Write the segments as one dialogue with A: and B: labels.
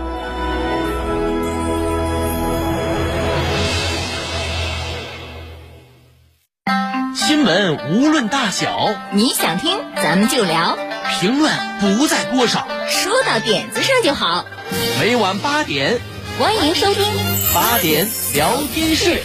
A: 新闻无论大小，
B: 你想听，咱们就聊，
A: 评论不在多少。
B: 说到点子上就好。
A: 每晚八点，
B: 欢迎收听
A: 八点聊天室。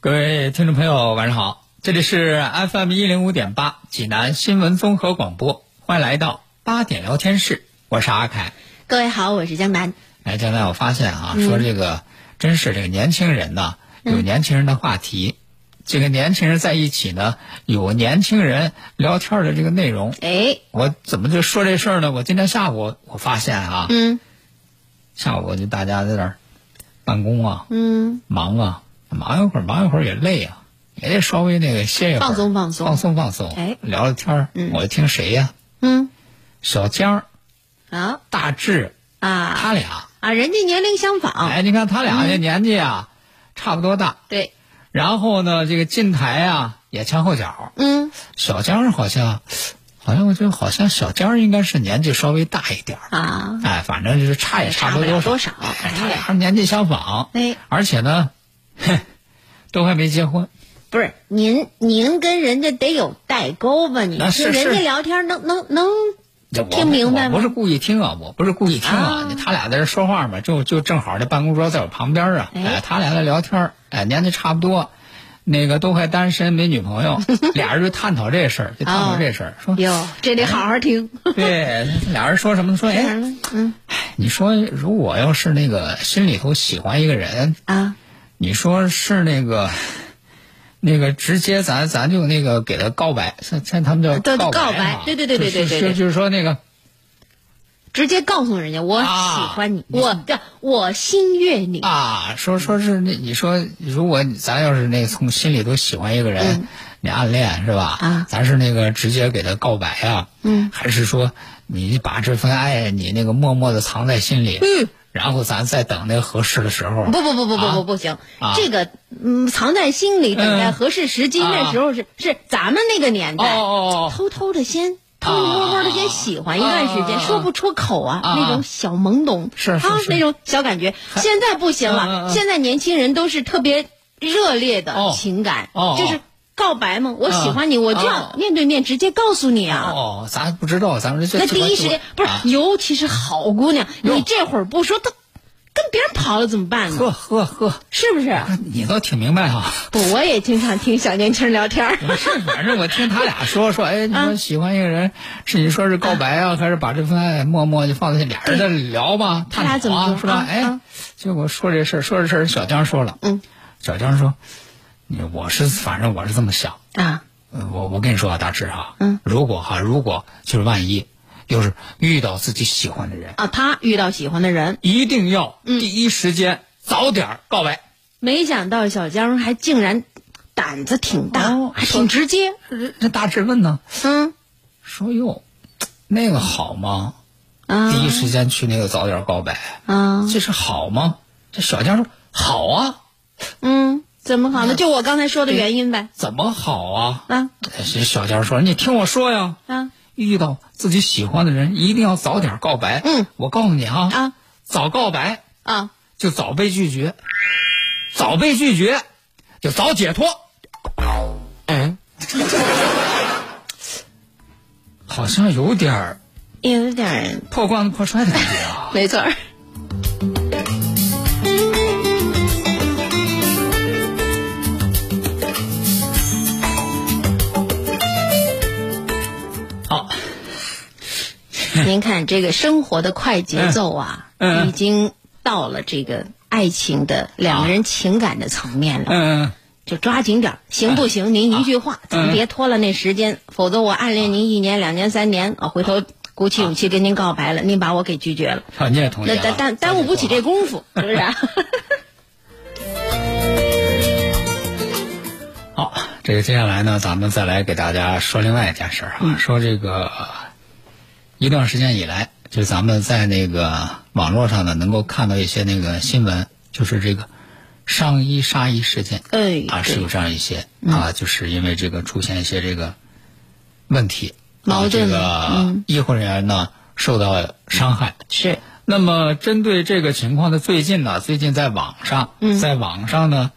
C: 各位听众朋友，晚上好，这里是 FM 一零五点八济南新闻综合广播，欢迎来到八点聊天室，我是阿凯。
B: 各位好，我是江南。
C: 哎，江南，我发现啊，说这个真是这个年轻人呐，有年轻人的话题，这个年轻人在一起呢，有年轻人聊天的这个内容。
B: 哎，
C: 我怎么就说这事儿呢？我今天下午我发现啊，
B: 嗯
C: 下午就大家在那儿办公啊，
B: 嗯，
C: 忙啊，忙一会儿，忙一会儿也累啊，也得稍微那个歇一会儿，
B: 放松放松
C: 放松放松，
B: 哎
C: 聊聊天儿。
B: 嗯
C: 我听谁呀、
B: 嗯，
C: 小江儿、
B: 好
C: 大志，
B: 啊
C: 他俩，
B: 啊，人家年龄相仿，
C: 哎，你看他俩这年纪啊，差不多大。
B: 对，
C: 然后呢，这个进台啊也前后脚。
B: 嗯，
C: 小江儿好像，好像我觉得好像小江儿应该是年纪稍微大一点儿。
B: 啊，
C: 哎，反正就是差也
B: 差
C: 不
B: 不
C: 多
B: 了
C: 少，
B: 多少
C: 哎，
B: 哎
C: 他俩年纪相仿，
B: 哎
C: 而且呢，哼，都还没结婚，
B: 不是您您跟人家得有代沟吧？你
C: 那是
B: 跟人家
C: 是
B: 聊天能能能
C: 这我
B: 听明白
C: 我不
B: 吗？
C: 是故意听啊，我不是故意听啊
B: 啊，
C: 你他俩在这说话嘛，就就正好这办公桌在我旁边啊，
B: 哎
C: 哎，他俩在聊天儿，哎，年纪差不多，那个都还单身没女朋 友，俩人就探讨这事儿，就探讨这事儿，说
B: 哟，这得好好听。
C: 对，俩人说什么？说哎，
B: 嗯
C: 你说如果要是那个心里头喜欢一个人，
B: 啊，
C: 你说是那个，那个直接咱咱就那个给他告白，现现在他们叫
B: 对
C: 告白,、啊、
B: 告白对对对对对对
C: 就
B: 对
C: 是就是说那个
B: 直接告诉人家我喜欢你，我对，我心悦你。
C: 啊，说说是那你说如果咱要是那从心里头喜欢一个人，
B: 嗯
C: 你暗恋是吧？
B: 啊
C: 咱是那个直接给他告白啊，
B: 嗯，
C: 还是说你把这份爱你那个默默的藏在心里，
B: 嗯，
C: 然后咱再等那个合适的时候，
B: 不不不不不
C: 啊
B: 不不行
C: 啊，
B: 这个嗯藏在心里，等待
C: 嗯
B: 合适时机。
C: 啊
B: 那时候是是咱们那个年
C: 哦
B: 代，
C: 哦哦，
B: 偷偷的先。偷偷摸摸的先喜欢一段时
C: 啊
B: 间，
C: 啊
B: 说不出口啊，
C: 啊
B: 那种小懵懂，
C: 是是
B: 啊
C: 是
B: 那种小感 觉。现在不行
C: 嗯嗯
B: 了，
C: 嗯
B: 现在年轻人都是特别热烈的
C: 哦
B: 情感，
C: 哦哦
B: 就是告白嘛，我喜欢你，
C: 嗯
B: 我就要
C: 哦
B: 面对面直接告诉你啊。
C: 哦，咱不知道，咱们这
B: 那
C: 这
B: 第一时间不是，
C: 啊
B: 尤其是好姑娘，
C: 哟
B: 你这会儿不说，她跟别人跑了怎么办呢？
C: 呵呵呵，
B: 是不是？
C: 你倒挺明白哈、
B: 不，我也经常听小年轻人聊天儿。
C: 不是，反正我听他俩说说，哎，你
B: 嗯
C: 说喜欢一个人，是你说是告白啊，还是把这份爱默默就放在心里俩人在聊吧，
B: 他俩
C: 探
B: 怎
C: 讨
B: 么
C: 啊，
B: 说
C: 是吧
B: 啊？
C: 哎
B: 啊，
C: 结果说这事儿，说这事儿，小江说了，
B: 嗯，
C: 小江说，你我是反正我是这么想，
B: 啊，
C: 呃我我跟你说啊，大志哈，
B: 嗯，
C: 如果哈，如果就是万一，要是遇到自己喜欢的人，
B: 啊，他遇到喜欢的人，
C: 一定要
B: 嗯
C: 第一时间早点儿告白。
B: 没想到小江还竟然胆子挺大，
C: 哦
B: 还挺直接。
C: 这这大志问呢，
B: 嗯
C: 说哟，那个好吗？
B: 啊
C: 第一时间去那个早点告白，
B: 啊
C: 这是好吗？这小江说好啊，
B: 嗯，怎么好呢？就我刚才说的原因呗。
C: 怎么好啊？
B: 啊
C: 哎这小江说你听我说呀，
B: 啊
C: 遇到自己喜欢的人一定要早点告白。
B: 嗯，
C: 我告诉你啊，
B: 啊
C: 早告白
B: 啊！
C: 就早被拒绝，早被拒绝就早解脱。嗯，好像有点儿
B: 有点儿
C: 破罐子破摔的感觉啊。
B: 没错儿。
C: 好，
B: 您看这个生活的快节奏啊，
C: 嗯嗯
B: 已经到了这个爱情的两个人情感的层面了，
C: 嗯。
B: 就抓紧点儿，行不行？您一句话，咱别拖了那时间，否则我暗恋您一年、两年、三年啊，回头鼓起勇气跟您告白了，您把我给拒绝了，
C: 啊，你也同意
B: 那
C: 啊？
B: 耽耽耽误不起这功夫，是不是 啊？
C: 好，这个接下来呢，咱们再来给大家说另外一件事儿啊，
B: 嗯
C: 说这个呃一段时间以来，就咱们在那个网络上呢，能够看到一些那个新闻，就是这个上衣杀衣事件，
B: 哎
C: 啊，是有这样一些
B: 嗯
C: 啊，就是因为这个出现一些这个问题，
B: 矛盾嗯
C: 啊、这个医护人员呢受到伤害，
B: 是，
C: 那么针对这个情况呢，最近呢，最近在网上，
B: 嗯
C: 在网上呢，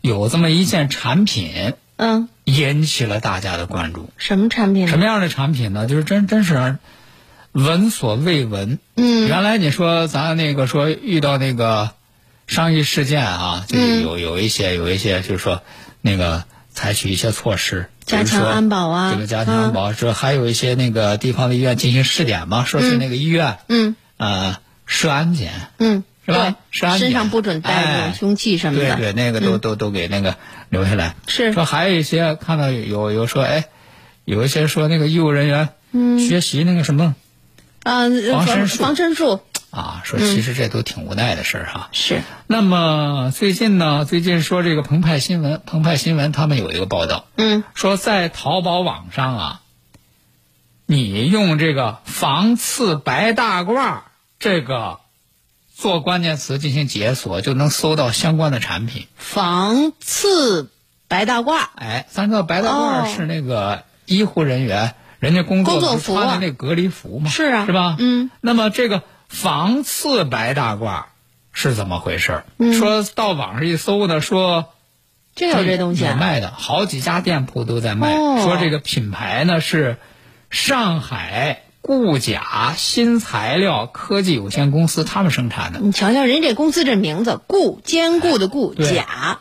C: 有这么一件产品
B: 嗯，
C: 引起了大家的关注。
B: 什么产品呢？
C: 什么样的产品呢？就是真真是让人闻所未闻。
B: 嗯
C: 原来你说咱那个说遇到那个商业事件啊，就
B: 嗯
C: 有有一些有一些就是说那个采取一些措施，比
B: 加
C: 如说
B: 强安保啊
C: 这个加强安保，这还有一些那个地方的医院进行试点嘛，说是那个医院
B: 嗯
C: 呃设安检。
B: 嗯，
C: 是吧是安
B: 对，
C: 检
B: 身上不准带
C: 哎
B: 着凶器什么的，
C: 对对，那个都、都都给那个留下来。
B: 是
C: 说还有一些看到有有说哎，有一些说那个医务人员
B: 嗯
C: 学习那个什么、
B: 啊，
C: 防
B: 防
C: 身术
B: 防身术
C: 啊，说其实这都挺无奈的事儿、哈。
B: 是，
C: 那么最近呢，最近说这个澎湃新闻，澎湃新闻他们有一个报道，
B: 嗯，
C: 说在淘宝网上啊，你用这个防刺白大褂儿这个做关键词进行解锁，就能搜到相关的产品。
B: 防刺白大褂，
C: 哎，咱知道白大褂
B: 哦
C: 是那个医护人员，人家工作
B: 工作
C: 不是
B: 服
C: 穿的
B: 啊
C: 那隔离服嘛，
B: 是啊
C: 是吧？
B: 嗯。
C: 那么这个防刺白大褂是怎么回事？说到网上一搜呢，说
B: 真有嗯这东西
C: 有
B: 啊？
C: 卖的，好几家店铺都在卖。
B: 哦
C: 说这个品牌呢是上海固甲新材料科技有限公司他们生产的，
B: 你瞧瞧人这公司这名字，固坚固的固，
C: 哎对
B: 甲，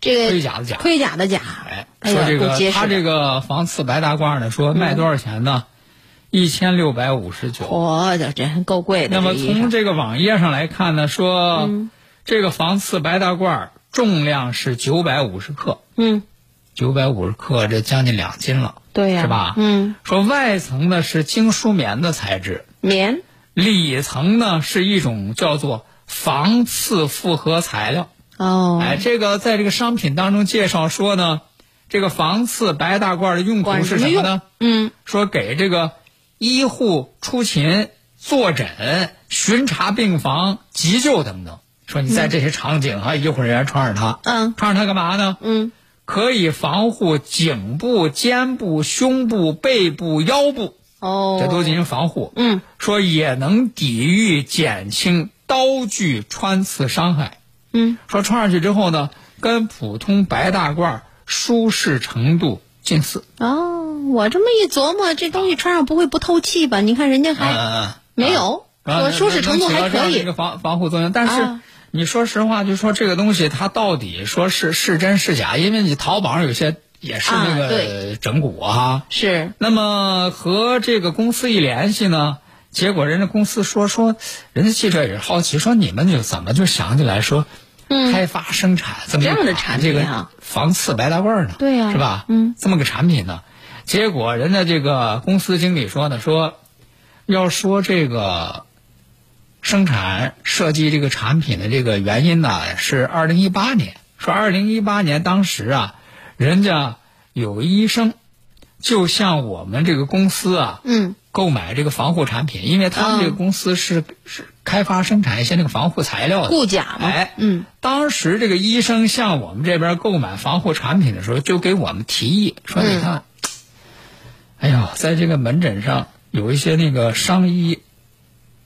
B: 这个
C: 盔甲的甲
B: 盔甲的甲，
C: 哎，
B: 哎
C: 说
B: 呀，
C: 这
B: 够结
C: 个
B: 实的。嗯
C: 他这个防刺白大褂呢，说卖多少钱呢？一千六百五十九。
B: 我的真够贵的。
C: 那么
B: 这衣
C: 从
B: 裳
C: 这个网页上来看呢，说
B: 嗯
C: 这个防刺白大褂重量是九百五十克，
B: 嗯，
C: 九百五十克这将近两斤了，
B: 对呀
C: 是吧？
B: 嗯，
C: 说外层呢是精梳棉的材质，
B: 棉
C: 里层呢是一种叫做防刺复合材料。
B: 哦，
C: 哎，这个在这个商品当中介绍说呢，这个防刺白大褂的用途
B: 管什
C: 是什
B: 么
C: 么
B: 用
C: 呢？
B: 嗯，
C: 说给这个医护出勤、坐诊、巡查病房、急救等等。说你在这些场景啊，医护人员穿上它，
B: 嗯
C: 穿上它干嘛呢？
B: 嗯，
C: 可以防护颈部、肩部、胸部、背部、腰部，
B: 哦，
C: 这都进行防护。
B: 嗯，
C: 说也能抵御、减轻刀具穿刺伤害。
B: 嗯，
C: 说穿上去之后呢，跟普通白大褂儿舒适程度近似。
B: 哦，我这么一琢磨，这东西穿上不会不透气吧？你看人家还
C: 嗯，
B: 没有，说
C: 啊
B: 舒适程度还可
C: 一
B: 以
C: 个。防防护作用，但是
B: 啊
C: 你说实话，就说这个东西它到底说是是真是假？因为你淘宝上有些也是那
B: 啊
C: 个
B: 对
C: 整蛊啊。
B: 是，
C: 那么和这个公司一联系呢，结果人家公司说说，人家记者也是好奇，说你们就怎么就想起来说，开发生产这么
B: 嗯
C: 一
B: 这样的
C: 款
B: 产
C: 这
B: 品
C: 个
B: 啊
C: 防刺白大褂儿呢？
B: 对呀
C: 是吧？
B: 嗯，
C: 这么个产品呢，结果人家这个公司经理说呢，说要说这个。生产设计这个产品的这个原因呢，是二零一八年。说二零一八年当时啊，人家有医生就向我们这个公司啊，
B: 嗯，
C: 购买这个防护产品，因为他
B: 哦
C: 们这个公司是、是开发生产一些那个防护材料的
B: 护甲嘛
C: 哎，
B: 嗯，
C: 当时这个医生向我们这边购买防护产品的时候，就给我们提议说：“你
B: 嗯
C: 看，哎呦，在这个门诊上有一些那个伤医。”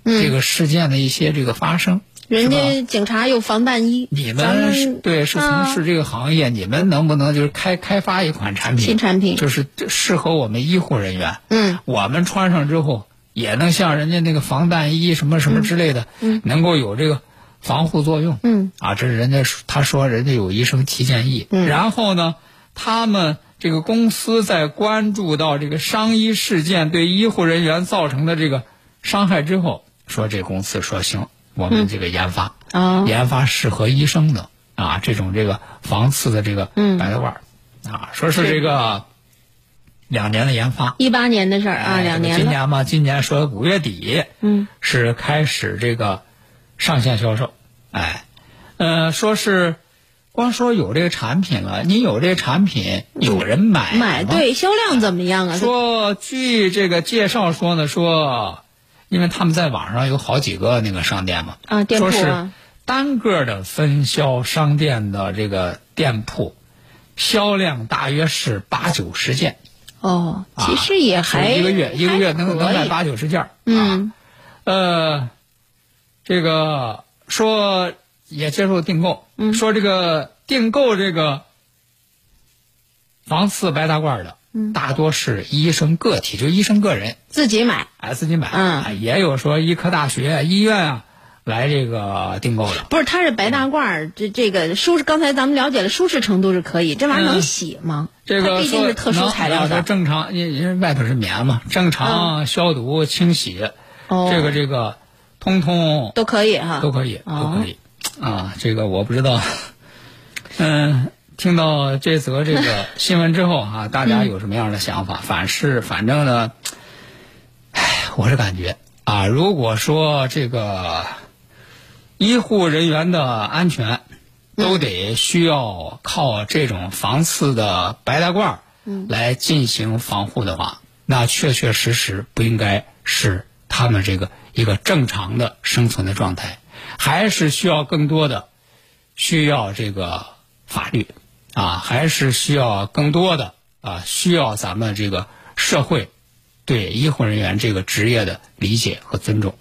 B: 嗯
C: 这个事件的一些这个发生，
B: 人
C: 是吧
B: 家警察有防弹衣，
C: 你
B: 咱
C: 们是对是从
B: 啊
C: 事这个行业，你们能不能就是开开发一款产品，
B: 新产品
C: 就是适合我们医护人员？
B: 嗯，
C: 我们穿上之后也能像人家那个防弹衣什么什么之类的，嗯，能够有这个防护作用。
B: 嗯，
C: 啊，这是人家说他说人家有医生提建议，嗯，然后呢，他们。这个公司在关注到这个伤医事件对医护人员造成的这个伤害之后，说这公司说行，我们这个研发，
B: 啊
C: 研发适合医生的啊嗯这种这个防刺的这个白大褂儿、啊，说是这个两年的研发。
B: 一八年的事儿啊，
C: 哎
B: 两年
C: 今
B: 了。
C: 年嘛，今年说五月底，
B: 嗯，
C: 是开始这个上线销售。哎，呃，说是光说有这个产品了，你有这个产品，有人买
B: 买
C: 吗？
B: 对销量怎么样啊？
C: 哎说据这个介绍说呢，说因为他们在网上有好几个那个商店嘛，
B: 啊店铺啊
C: 说是单个的分销商店的这个店铺，销量大约是八九十件，
B: 哦，
C: 啊
B: 其实也还
C: 是一个月一个月能能卖
B: 卖
C: 八九十件儿，啊，
B: 嗯
C: 呃，这个说也接受订购，
B: 嗯
C: 说这个订购这个防刺白大褂的，
B: 嗯
C: 大多是医生个体，就医生个人。
B: 自己买，
C: 哎，自己买，
B: 嗯
C: 哎也有说医科大学、医院啊来这个订购的。
B: 不是它是白大褂儿，这这个舒适，刚才咱们了解了舒适程度是可以，这玩意儿能
C: 嗯
B: 洗吗？
C: 这个
B: 它毕竟
C: 说
B: 是特殊
C: 能
B: 材料
C: 能
B: 的嗯
C: 说，正常，因因为外头是棉嘛，正常消毒清洗，
B: 哦
C: 这个这个，通通
B: 都可以哈，
C: 都可以，
B: 哦
C: 都可以。啊，这个我不知道。 嗯，听到这则这 个新闻之后啊，大家有什么样的想
B: 嗯
C: 法？反是反正呢，唉，我是感觉啊，如果说这个医护人员的安全
B: 嗯
C: 都得需要靠这种防刺的白大褂儿
B: 嗯
C: 来进行防护的话，那确确实实不应该是他们这个一个正常的生存的状态，还是需要更多的需要这个法律啊，还是需要更多的啊，需要咱们这个社会对医护人员这个职业的理解和尊重。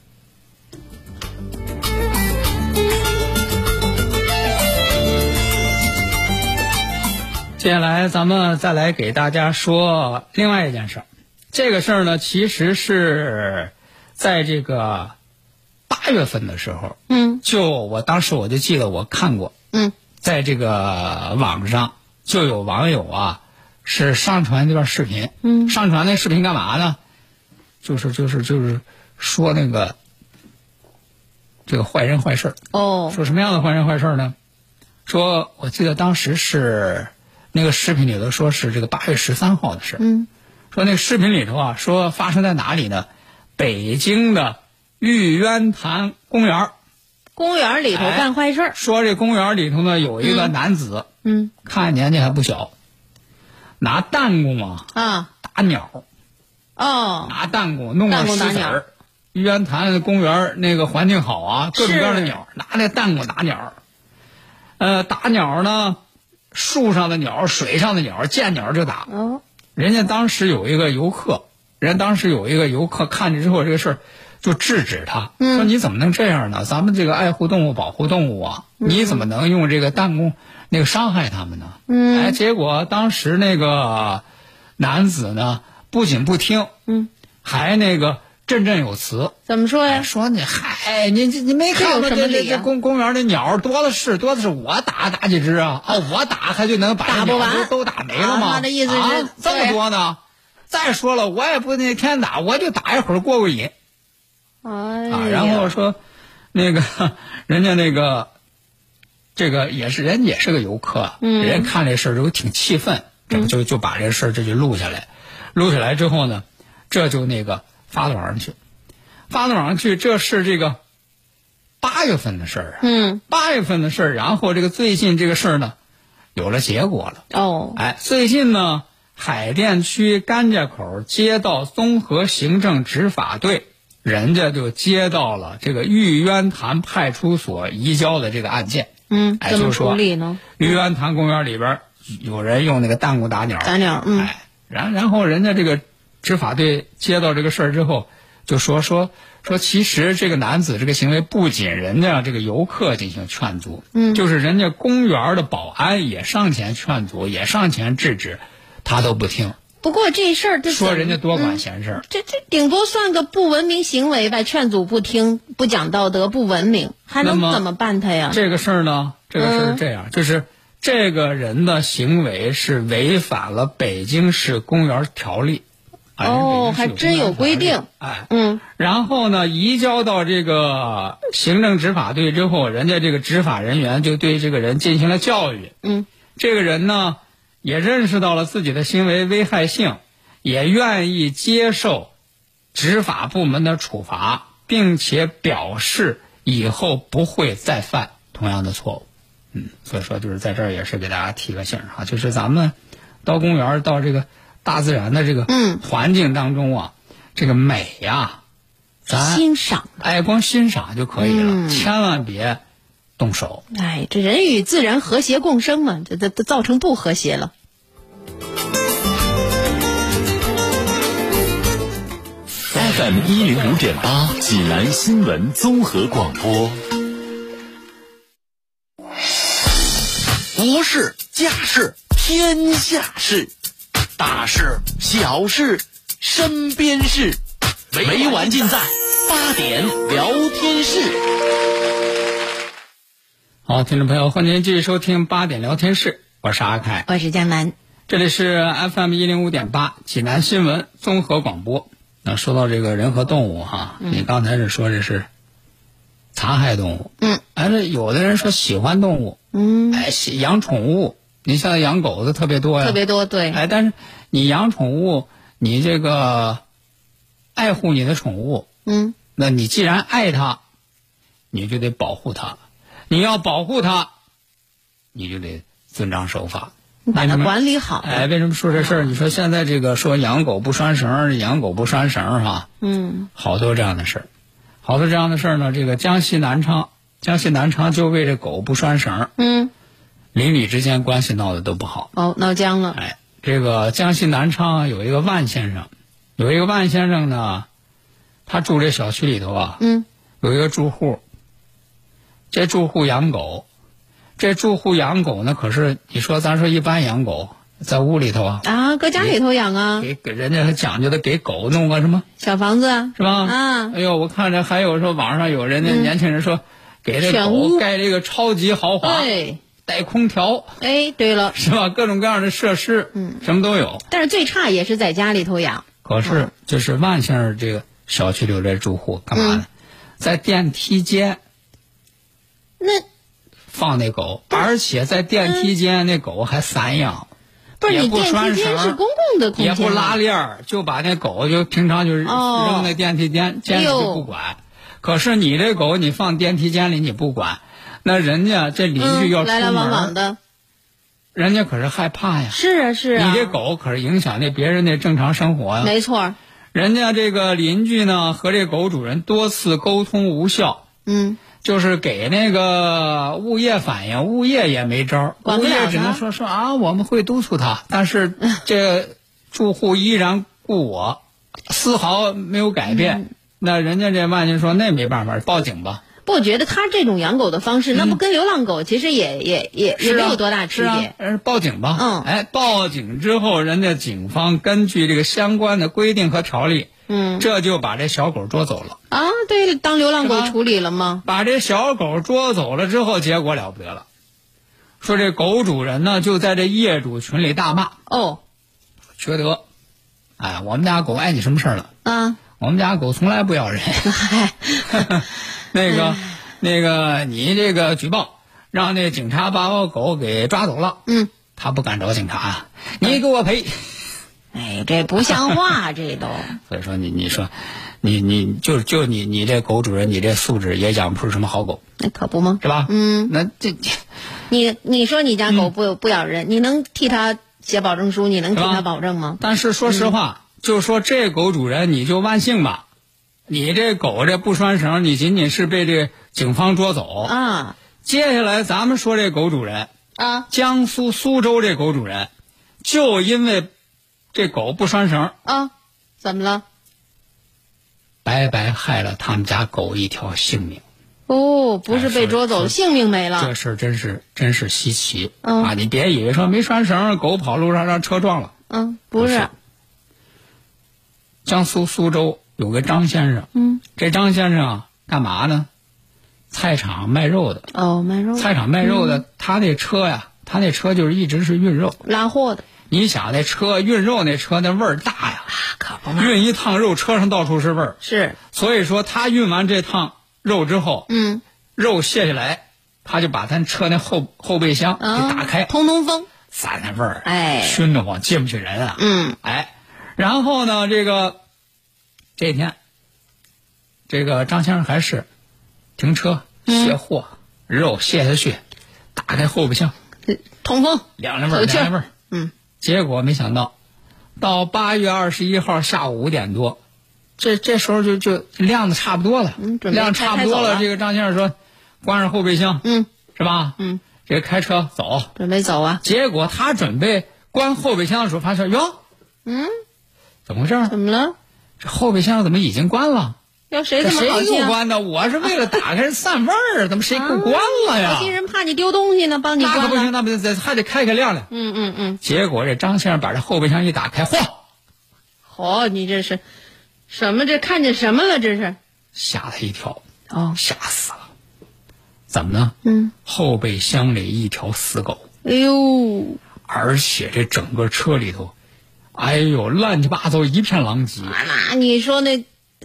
C: 接下来咱们再来给大家说另外一件事儿，这个事儿呢，其实是在这个八月份的时候，
B: 嗯
C: 就我当时我就记得我看过，
B: 嗯
C: 在这个网上就有网友啊，是上传这段视频。
B: 嗯
C: 上传那视频干嘛呢？就是就是就是说那个这个坏人坏事儿。
B: 哦
C: 说什么样的坏人坏事儿呢？说我记得当时是那个视频里头说是这个八月十三号的事儿。
B: 嗯
C: 说那视频里头啊，说发生在哪里呢？北京的玉渊潭公园儿
B: 公园里头
C: 哎
B: 干坏事儿，
C: 说这公园里头呢有一个男子，
B: 嗯
C: 看年纪还不小，拿弹弓啊
B: 啊
C: 打鸟，
B: 哦
C: 拿弹弓弄个
B: 弹弓
C: 石
B: 打
C: 子
B: 鸟
C: 儿。玉渊潭公园那个环境好啊，各种各样的
B: 是
C: 鸟，拿那弹弓打鸟。呃，打鸟呢，树上的鸟、水上的鸟，见鸟就打。
B: 哦
C: 人家当时有一个游客，人家当时有一个游客看着之后这个事儿，就制止他，
B: 嗯
C: 说你怎么能这样呢？咱们这个爱护动物、保护动物啊，你怎么能用这个弹弓那个伤害他们呢？
B: 嗯
C: 哎，结果当时那个男子呢，不仅不听，
B: 嗯，
C: 还那个振振有词。
B: 怎么说
C: 哎
B: 呀？
C: 说你嗨，哎你这你没看
B: 这有
C: 过
B: 什
C: 这
B: 么
C: 这这
B: 理啊呀
C: 公公园的鸟多的是，多的是，我打打几只啊？哦，我打它就能把
B: 打
C: 这
B: 不
C: 鸟
B: 完
C: 都都打没了吗？
B: 啊他的意思是
C: 啊这么
B: 对
C: 多呢。再说了，我也不那天打，我就打一会儿过过瘾
B: 哎
C: 啊。
B: 呀
C: 然后说，那个人家那个，这个也是人也是个游客，啊
B: 嗯
C: 人家看这事儿就挺气愤，这不就就把这事儿这就录下来，录下来之后呢，这就那个发到网上去，发到网上去，这是这个八月份的事儿啊，
B: 嗯
C: 八月份的事儿，然后这个最近这个事儿呢，有了结果了。
B: 哦
C: 哎，最近呢，海淀区甘家口街道综合行政执法队，人家就接到了这个玉渊潭派出所移交的这个案件。
B: 嗯
C: 哎
B: 怎么
C: 就说
B: 处理呢？
C: 玉渊潭公园里边儿有人用那个弹弓打鸟，
B: 打鸟嗯
C: 哎，然然后人家这个执法队接到这个事儿之后，就说说说，其实这个男子这个行为不仅人家这个游客进行劝阻，
B: 嗯
C: 就是人家公园的保安也上前劝阻，也上前制止，他都不听，
B: 不过这事儿这
C: 说
B: 怎
C: 人家多
B: 嗯
C: 管闲事儿。
B: 这这顶多算个不文明行为吧，劝阻不听，不讲道德，不文明，还能
C: 那么
B: 怎么办他呀？
C: 这个事儿呢，这个事
B: 嗯
C: 儿是这样，就是这个人的行为是违反了北京市公园条例。啊
B: 哦还真有规。
C: 人北京市公园
B: 定
C: 条例哎，
B: 嗯
C: 然后呢，移交到这个行政执法队之后，人家这个执法人员就对这个人进行了教育。
B: 嗯
C: 这个人呢，也认识到了自己的行为危害性，也愿意接受执法部门的处罚，并且表示以后不会再犯同样的错误。嗯，所以说就是在这儿也是给大家提个醒儿啊，就是咱们到公园儿、到这个大自然的这个
B: 嗯
C: 环境当中啊，这个美呀、咱
B: 欣赏。
C: 哎光欣赏就可以了，
B: 嗯
C: 千万别动手。
B: 哎，这人与自然和谐共生嘛，这这这造成不和谐了。
A: FM 一零五点八，济南新闻综合广播。国事、家事、天下事，大事、小事、身边事，没完尽在八点聊天室。
C: 好，听众朋友，欢迎您继续收听八点聊天室，我是阿凯。
B: 我是江南，
C: 这里是 FM 一零五点八济南新闻综合广播。那说到这个人和动物哈，
B: 嗯
C: 你刚才是说这是残害动物，
B: 嗯，
C: 哎，这有的人说喜欢动物，
B: 嗯，
C: 哎，喜养宠物，你像养狗的特别多呀，
B: 特别多，对，
C: 哎，但是你养宠物，你这个爱护你的宠物，
B: 嗯，
C: 那你既然爱它，你就得保护它，你要保护它，你就得遵章守法，
B: 你把
C: 为什
B: 它
C: 么
B: 管理好，
C: 哎，为什么说这事儿？你说现在这个说养狗不拴绳儿，养狗不拴绳儿哈，
B: 嗯，
C: 好多这样的事儿，好多这样的事儿呢。这个江西南昌，江西南昌就为这狗不拴绳儿，
B: 嗯，
C: 邻里之间关系闹得都不好。
B: 哦，闹僵了，
C: 哎，这个江西南昌啊有一个万先生，有一个万先生呢，他住这小区里头啊，
B: 嗯，
C: 有一个住户，这住户养狗，这住户养狗呢，可是你说咱说一般养狗在屋里头啊，
B: 啊，搁家里头养啊，
C: 给给人家还讲究的给狗弄个什么
B: 小房子啊，
C: 是吧？
B: 啊，
C: 哎呦，我看着还有说网上有人家年轻人说，给这
B: 选
C: 狗
B: 屋
C: 盖这个超级豪华，
B: 哎，
C: 带空调
B: 哎，对了，
C: 是吧？各种各样的设施，嗯，什么都有。
B: 但是最差也是在家里头养，
C: 可是就是万先生这个小区里有这住户干嘛呢？在电梯间
B: 那
C: 放那狗，而且在电梯间那狗还散养。
B: 不是
C: 也
B: 你
C: 不
B: 电
C: 拴
B: 梯
C: 绳
B: 间
C: 儿
B: 是公共的空
C: 也
B: 间，
C: 不拉，链儿，就把那狗就平常就是
B: 哦哎
C: 扔在电梯间，间里就不管。可是你这狗你放电梯间里你不管，那人家这邻居要
B: 嗯，
C: 出
B: 来
C: 门
B: 来
C: 儿，
B: 往往的，
C: 人家可是害怕呀。
B: 是啊是啊，
C: 你这狗啊可是影响这别人的正常生活呀。
B: 没错儿，
C: 人家这个邻居呢和这狗主人多次沟通无效，
B: 嗯，
C: 就是给那个物业反映，物业也没招儿，
B: 管
C: 物
B: 不了
C: 业只
B: 他
C: 能说说啊，我们会督促他，但是这住户依然故我，丝毫没有改变。
B: 嗯
C: 那人家这万金说那没办法，报警吧。
B: 不，我觉得他这种养狗的方式，那不跟流浪狗其实也也也也
C: 是
B: 没
C: 啊
B: 有多大区
C: 是啊
B: 别，，
C: 呃报警吧。
B: 嗯
C: 哎，报警之后，人家警方根据这个相关的规定和条例，
B: 嗯
C: 这就把这小狗捉走了。
B: 啊，对，当流浪
C: 是
B: 狗
C: 吧
B: 处理了吗？
C: 把这小狗捉走了之后，结果了不得了。说这狗主人呢，就在这业主群里大骂，
B: 哦，
C: 缺德！哎，我们家狗碍你什么事儿了？
B: 啊，
C: 我们家狗从来不咬人。 那个，那个，你这个举报，让那警察把我狗给抓走了。
B: 嗯，
C: 他不敢找警察啊，你给我赔。
B: 哎，这不像话，这都，
C: 所以说你你说，你你就就你你这狗主人，你这素质也养不出什么好狗，
B: 那可不吗？
C: 是吧？
B: 嗯，
C: 那这。
B: 你你说你家狗不、不咬人，你能替它写保证书？你能替
C: 是吧
B: 它保证吗？
C: 但是说实
B: 嗯
C: 话，就说这狗主人你就万幸吧，你这狗这不拴绳，你仅仅是被这警方捉走。
B: 啊
C: 接下来咱们说这狗主人，
B: 啊
C: 江苏苏州这狗主人，就因为这狗不拴绳，
B: 啊！怎么了？
C: 白白害了他们家狗一条性命。
B: 哦，不是
C: 哎
B: 被
C: 说
B: 捉走，
C: 说
B: 性命没了
C: 这。事儿真是真是稀奇、
B: 啊嗯
C: 啊！你别以为说没拴绳，狗跑路上让车撞了，
B: 嗯，不是，
C: 江苏苏州有个张先生，
B: 嗯，
C: 这张先生啊，干嘛呢？菜场卖肉的，
B: 哦，卖肉
C: 菜场卖
B: 嗯
C: 肉的，他那车呀，他那车就是一直是运肉。
B: 拉货的，
C: 你想那车运肉那车那味儿大呀，
B: 啊可不
C: 运一趟肉车上到处是味儿，
B: 是，
C: 所以说他运完这趟肉之后，
B: 嗯，
C: 肉卸下来，他就把他车那后后备箱给
B: 啊，
C: 打开，
B: 通通风，
C: 散那味儿，
B: 哎
C: 熏得慌，进不去人啊，
B: 嗯，
C: 哎，然后呢，这个这天，这个张先生还是停车卸货，
B: 嗯
C: 肉卸下去，打开后备箱，
B: 通风，
C: 凉凉味儿，
B: 有气
C: 凉
B: 儿
C: 凉味儿。
B: 嗯，
C: 结果没想到，到八月二十一号下午五点多，这这时候就就量子差不多了，
B: 嗯准备
C: 量差不
B: 开
C: 多
B: 开走了
C: 这个张先生说，关上后备箱，
B: 嗯，
C: 是吧？
B: 嗯，
C: 这个开车走。
B: 准备走啊？
C: 结果他准备关后备箱的时候，发现哟，
B: 嗯，
C: 怎么回事儿？
B: 怎么了？
C: 这后备箱怎么已经关了？
B: 要谁
C: 这
B: 这么
C: 谁
B: 好心
C: 给我
B: 啊？
C: 关的？我是为了打开散味 儿，怎么谁给我关了呀
B: 好？心人怕你丢东西呢，帮你
C: 啊那可
B: 关
C: 不行，
B: 了。
C: 那不得还得开开亮亮。
B: 嗯嗯嗯，
C: 结果这张先生把这后备箱一打开，嚯，
B: 好，你这是什么？这看见什么了？这是
C: 吓他一跳，
B: 哦，
C: 吓死了。怎么呢？
B: 嗯，
C: 后备箱里一条死狗，
B: 哎呦，
C: 而且这整个车里头，哎呦，乱七八糟一片狼藉。
B: 那你说那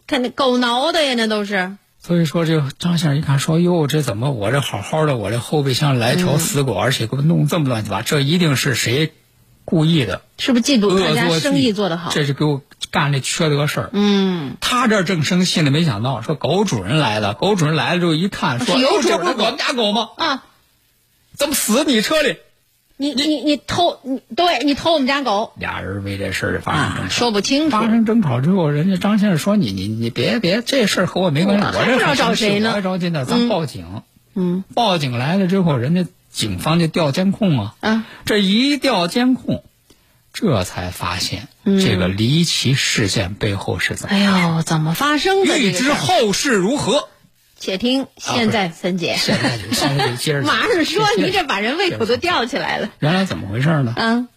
B: 看那狗挠的呀，那都是。
C: 所以说，这个张先生一看说：“哟，这怎么我这好好的，我这后备箱来条死狗，而且给我弄这么乱七八，这一定是谁故意的，
B: 是不是嫉妒
C: 恶
B: 他家
C: 作剧，
B: 生意做得好？
C: 这是给我干这缺德事儿。
B: 嗯，
C: 他这儿正生气呢，没想到说狗主人来了，狗主人来了之后一看说：‘
B: 是有
C: 哟，这
B: 主
C: 不
B: 人
C: 是
B: 的狗
C: 我们家狗吗？
B: 啊，
C: 怎么死你车里
B: 你你你偷，你对你偷我们家狗？’
C: 俩人为这事儿发生
B: 啊，
C: 争吵。
B: 说不清楚
C: 发。生争吵之后，人家张先生说：‘你你你别别，这事儿和我没关系，
B: 我
C: 我
B: 还
C: 这
B: 不知道
C: 很
B: 找
C: 生气
B: 谁呢
C: 我还着急呢，咱
B: 嗯
C: 报警。
B: 嗯
C: 报警来了之后，人家警方就调监控啊，
B: 啊，
C: 这一调监控，这才发现
B: 嗯
C: 这个离奇事件背后是怎么。
B: 哎呦，怎么发生的？这
C: 欲
B: 个事
C: 知
B: 儿
C: 后事 如何，
B: 且听现在分解。
C: 现在就现在就接着讲
B: 马上说，你这把人胃口
C: 接
B: 都
C: 着讲
B: 吊起来了。
C: 原来怎么回事呢？
B: 啊，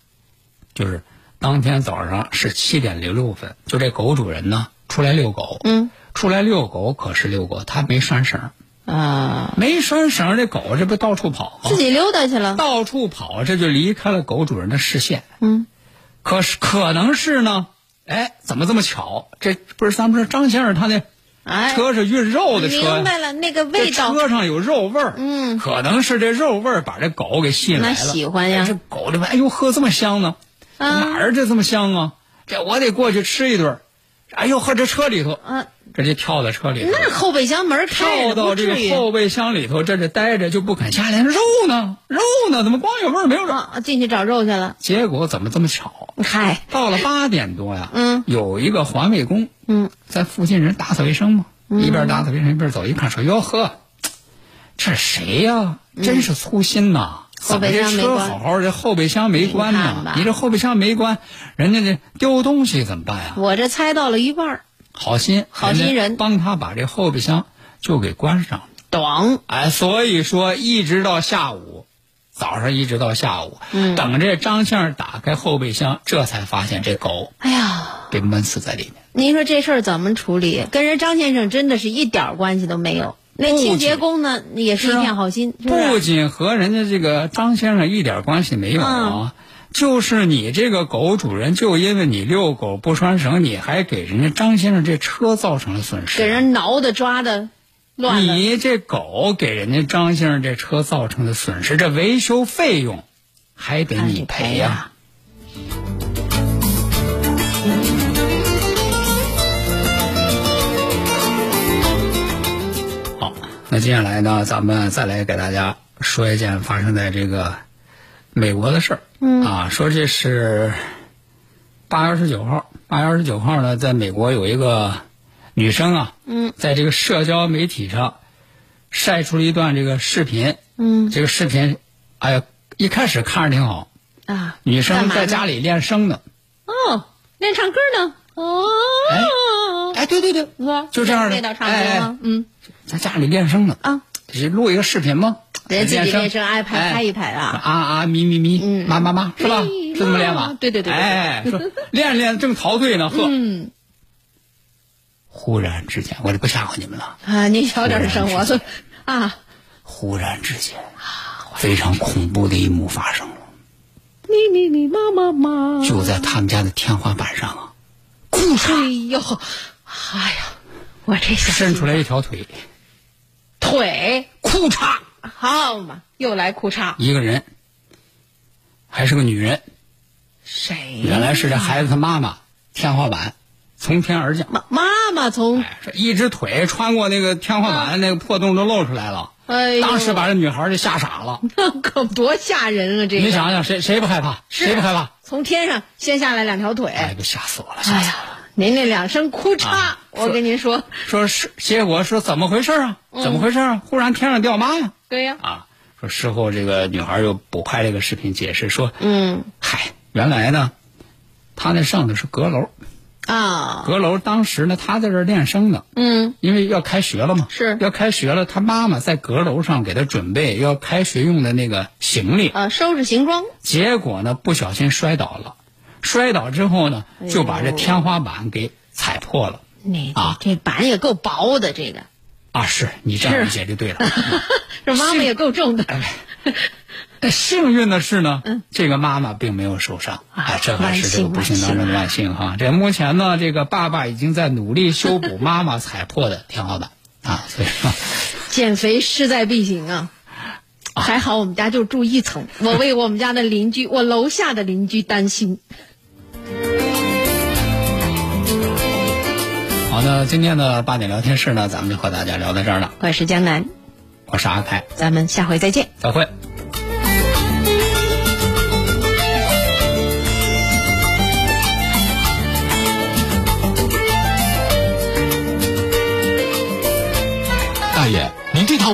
C: 就是当天早上是七点零六分，就这狗主人呢出来遛狗，
B: 嗯
C: 出来遛狗可是遛狗，他没拴绳儿，
B: 啊，
C: 没拴绳儿，这狗这不到处跑吗
B: 自？己溜达去了。
C: 到处跑，这就离开了狗主人的视线。
B: 嗯，
C: 可是可能是呢，哎，怎么这么巧？这不是咱们说张先生他那
B: 哎，
C: 车是运肉的车
B: 明
C: 呀，
B: 白了，那个
C: 这
B: 味道。
C: 车上有肉味儿，
B: 嗯
C: 可能是这肉味儿把这狗给吸引来了，
B: 那喜欢呀
C: 哎这狗这玩意儿哎呦喝这么香呢，
B: 啊
C: 哪儿这这么香啊？这我得过去吃一顿。哎呦呵，这车里头，
B: 啊，
C: 这就跳到车里头，
B: 那后备箱门开
C: 跳
B: 着，
C: 到
B: 不
C: 这
B: 至于
C: 个后备箱里头，这这待着就不肯下来。肉呢？肉呢？怎么光有味儿没有肉？
B: 啊，进去找肉去了。
C: 结果怎么这么巧？
B: 嗨，
C: 到了八点多呀，
B: 嗯，
C: 有一个环卫工，
B: 嗯，
C: 在附近人打扫卫生嘛，一边打扫卫生一边走，一看说：“哟呵，这是谁呀？真是粗心呐！
B: 嗯后
C: 怎么
B: 备
C: 这
B: 箱没
C: 车
B: 关
C: 好好，这后备箱没关
B: 你看
C: 呐
B: 吧？
C: 你这后备箱没关，人家这丢东西怎么办呀？
B: 我这猜到了一半儿，
C: 好心，
B: 好心人
C: 家帮他把这后备箱就给关上了。
B: 懂？
C: 哎，所以说一直到下午，早上一直到下午，
B: 嗯
C: 等这张先生打开后备箱，这才发现这狗
B: 哎呀，
C: 被闷死在里面。”
B: 您说这事儿怎么处理？跟人张先生真的是一点儿关系都没有。那
C: 不
B: 清洁
C: 仅
B: 工呢，也是
C: 是
B: 一
C: 啊
B: 片好心，是不是
C: 不仅和人家这个张先生一点关系没有啊，就是你这个狗主人，就因为你遛狗不拴绳，你还给人家张先生这车造成了损失。
B: 给人挠的抓的乱了。
C: 你这狗给人家张先生这车造成的损失，这维修费用还
B: 哎
C: 得你赔呀、好，那接下来呢，咱们再来给大家说一件发生在这个美国的事儿。嗯啊，说这是八月二十九号，八月二十九号呢，在美国有一个女生啊，
B: 嗯，
C: 在这个社交媒体上晒出了一段这个视频，
B: 嗯
C: 这个视频，哎呀，一开始看着挺好，
B: 啊，
C: 女生
B: 干嘛
C: 在
B: 呢
C: 家里练声呢，
B: 哦，练唱歌呢。哦，
C: 哎，对对对，
B: 是吧
C: 就这样的哎
B: 味道差不多吗？嗯
C: 在家里练声呢，
B: 啊，
C: 这录一个视频吗？
B: 人自己练声爱拍
C: 哎
B: 拍一拍啊
C: 啊啊咪咪咪，
B: 嗯
C: 妈妈妈，是吧？
B: 咪
C: 是这么练吧
B: 妈？对对对对对
C: 哎，说练练正陶醉呢，呵，
B: 嗯
C: 忽然之间，我就不吓唬你们了，
B: 啊，你小点声，我说
C: 哎
B: 啊，
C: 忽然之间，非常恐怖的一幕发生了。
B: 咪咪咪妈妈妈，
C: 就在他们家的天花板上啊，
B: 哎呦，哎呀，我这小
C: 伸出来一条腿，
B: 腿，
C: 裤衩，
B: 好嘛，又来裤衩，
C: 一个人，还是个女人，
B: 谁？
C: 原来是这孩子他妈妈，天花板从天而降。
B: 妈妈妈从，
C: 这一只腿穿过那个天花板，那个破洞都露出来了。
B: 哎呦，
C: 当时把这女孩就吓傻了。
B: 那 可多吓人啊！这个
C: 你想想，谁谁不害怕？
B: 是
C: 谁不害怕？
B: 从天上掀下来两条腿，
C: 哎，
B: 哎
C: 都吓死我了！吓死我了！
B: 呀，您那两声哭嚓，
C: 啊
B: 我跟您说，
C: 说是，结果说怎么回事啊？
B: 嗯
C: 怎么回事啊？忽然天上掉妈呀！
B: 对呀、
C: 啊，说事后这个女孩又补拍这个视频解释说，
B: 嗯
C: 嗨，原来呢，她那上的是阁楼，
B: 啊，
C: 阁楼当时呢她在这儿练声呢，
B: 嗯，
C: 因为要开学了嘛，
B: 是
C: 要开学了，她妈妈在阁楼上给她准备要开学用的那个行李，
B: 啊，收拾行装，
C: 结果呢不小心摔倒了，摔倒之后呢
B: 哎呦
C: 就把这天花板给踩破了。
B: 那
C: 啊
B: 这板也够薄的，这个
C: 啊，是你这样
B: 是
C: 理解就对了。
B: 这妈妈也够重的，
C: 但幸运的是呢，这个妈妈并没有受伤，
B: 嗯啊
C: 哎，这还是这个不
B: 万幸
C: 幸当中的万幸哈。这目前呢，这个爸爸已经在努力修补妈妈踩破的天花板啊，所以说
B: 减肥势在必行啊。还好我们家就住一层，我为我们家的邻居，我楼下的邻居担心。
C: 好的，今天的八点聊天室呢，咱们就和大家聊到这儿了。
B: 我是江南，
C: 我是阿凯，
B: 咱们下回再见。
C: 再会。
D: 大爷，您这套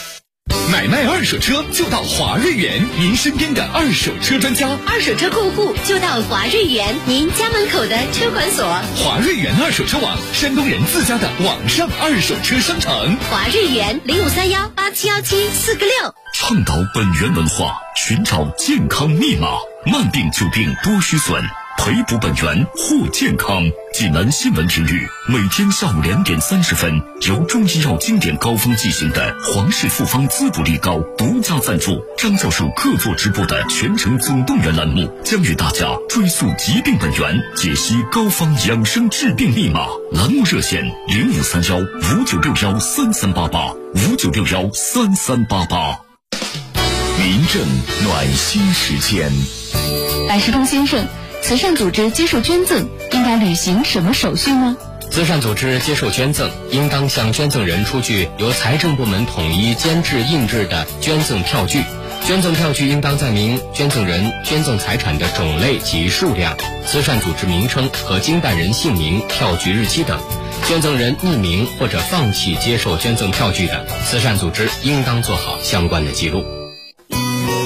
D: 买卖二手车就到华瑞源，您身边的二手车专家。
E: 二手车过户就到华瑞源，您家门口的车管所。
D: 华瑞源二手车网，山东人自家的网上二手车商城。
E: 华瑞源零五三幺八七幺七四个六。
D: 倡导本源文化，寻找健康密码。慢病久病多虚损，培补本源护健康。济南新闻频率每天下午两点三十分，由中医药经典膏方进行的皇氏复方滋补力膏独家赞助，张教授客座直播的全程总动员栏目，将与大家追溯疾病本源，解析膏方养生治病密码。栏目热线零五三幺五九六幺三三八八五九六幺三三八八。民政暖心时间，
F: 百事通先生，慈善组织接受捐赠应该履行什么手续呢？
G: 慈善组织接受捐赠，应当向捐赠人出具由财政部门统一监制印制的捐赠票据。捐赠票据应当载明捐赠人捐赠财产的种类及数量、慈善组织名称和经办人姓名、票据日期等。捐赠人匿名或者放弃接受捐赠票据的，慈善组织应当做好相关的记录。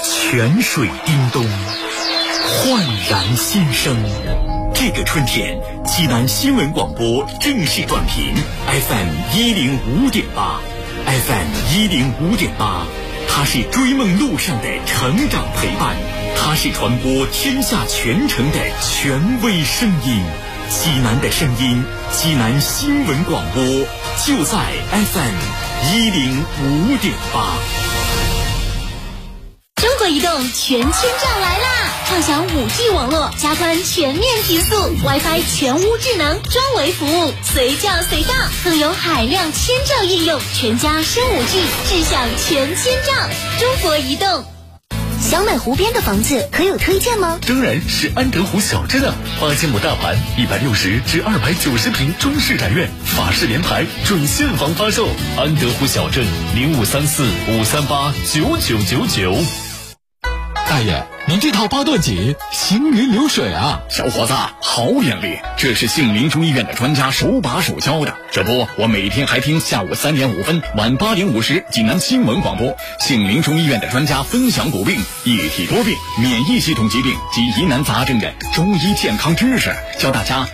D: 泉水叮咚，焕然新生。这个春天，济南新闻广播正式转频 FM 一零五点八，FM 一零五点八，它是追梦路上的成长陪伴，它是传播天下全城的权威声音。济南的声音，济南新闻广播就在 FM 一零五点八。
E: 中国移动全千兆来啦！畅享 5G 网络，加宽全面提速，WiFi 全屋智能专为服务，随叫随到，更有海量千兆应用，全家升 5G，智享全千兆。中国移动。想买湖边的房子，可有推荐吗？
D: 当然是安德湖小镇啊！八千亩大盘，一百六十至二百九十平中式宅院，法式联排，准现房发售。安德湖小镇零五三四五三八九九九九。大爷，您这套八段锦行云流水啊！小伙子，好眼力！这是杏林中医院的专家手把手教的。这不，我每天还听下午三点五分、晚八点五十济南新闻广播，杏林中医院的专家分享骨病、一体多病、免疫系统疾病及疑难杂症的中医健康知识，教大家。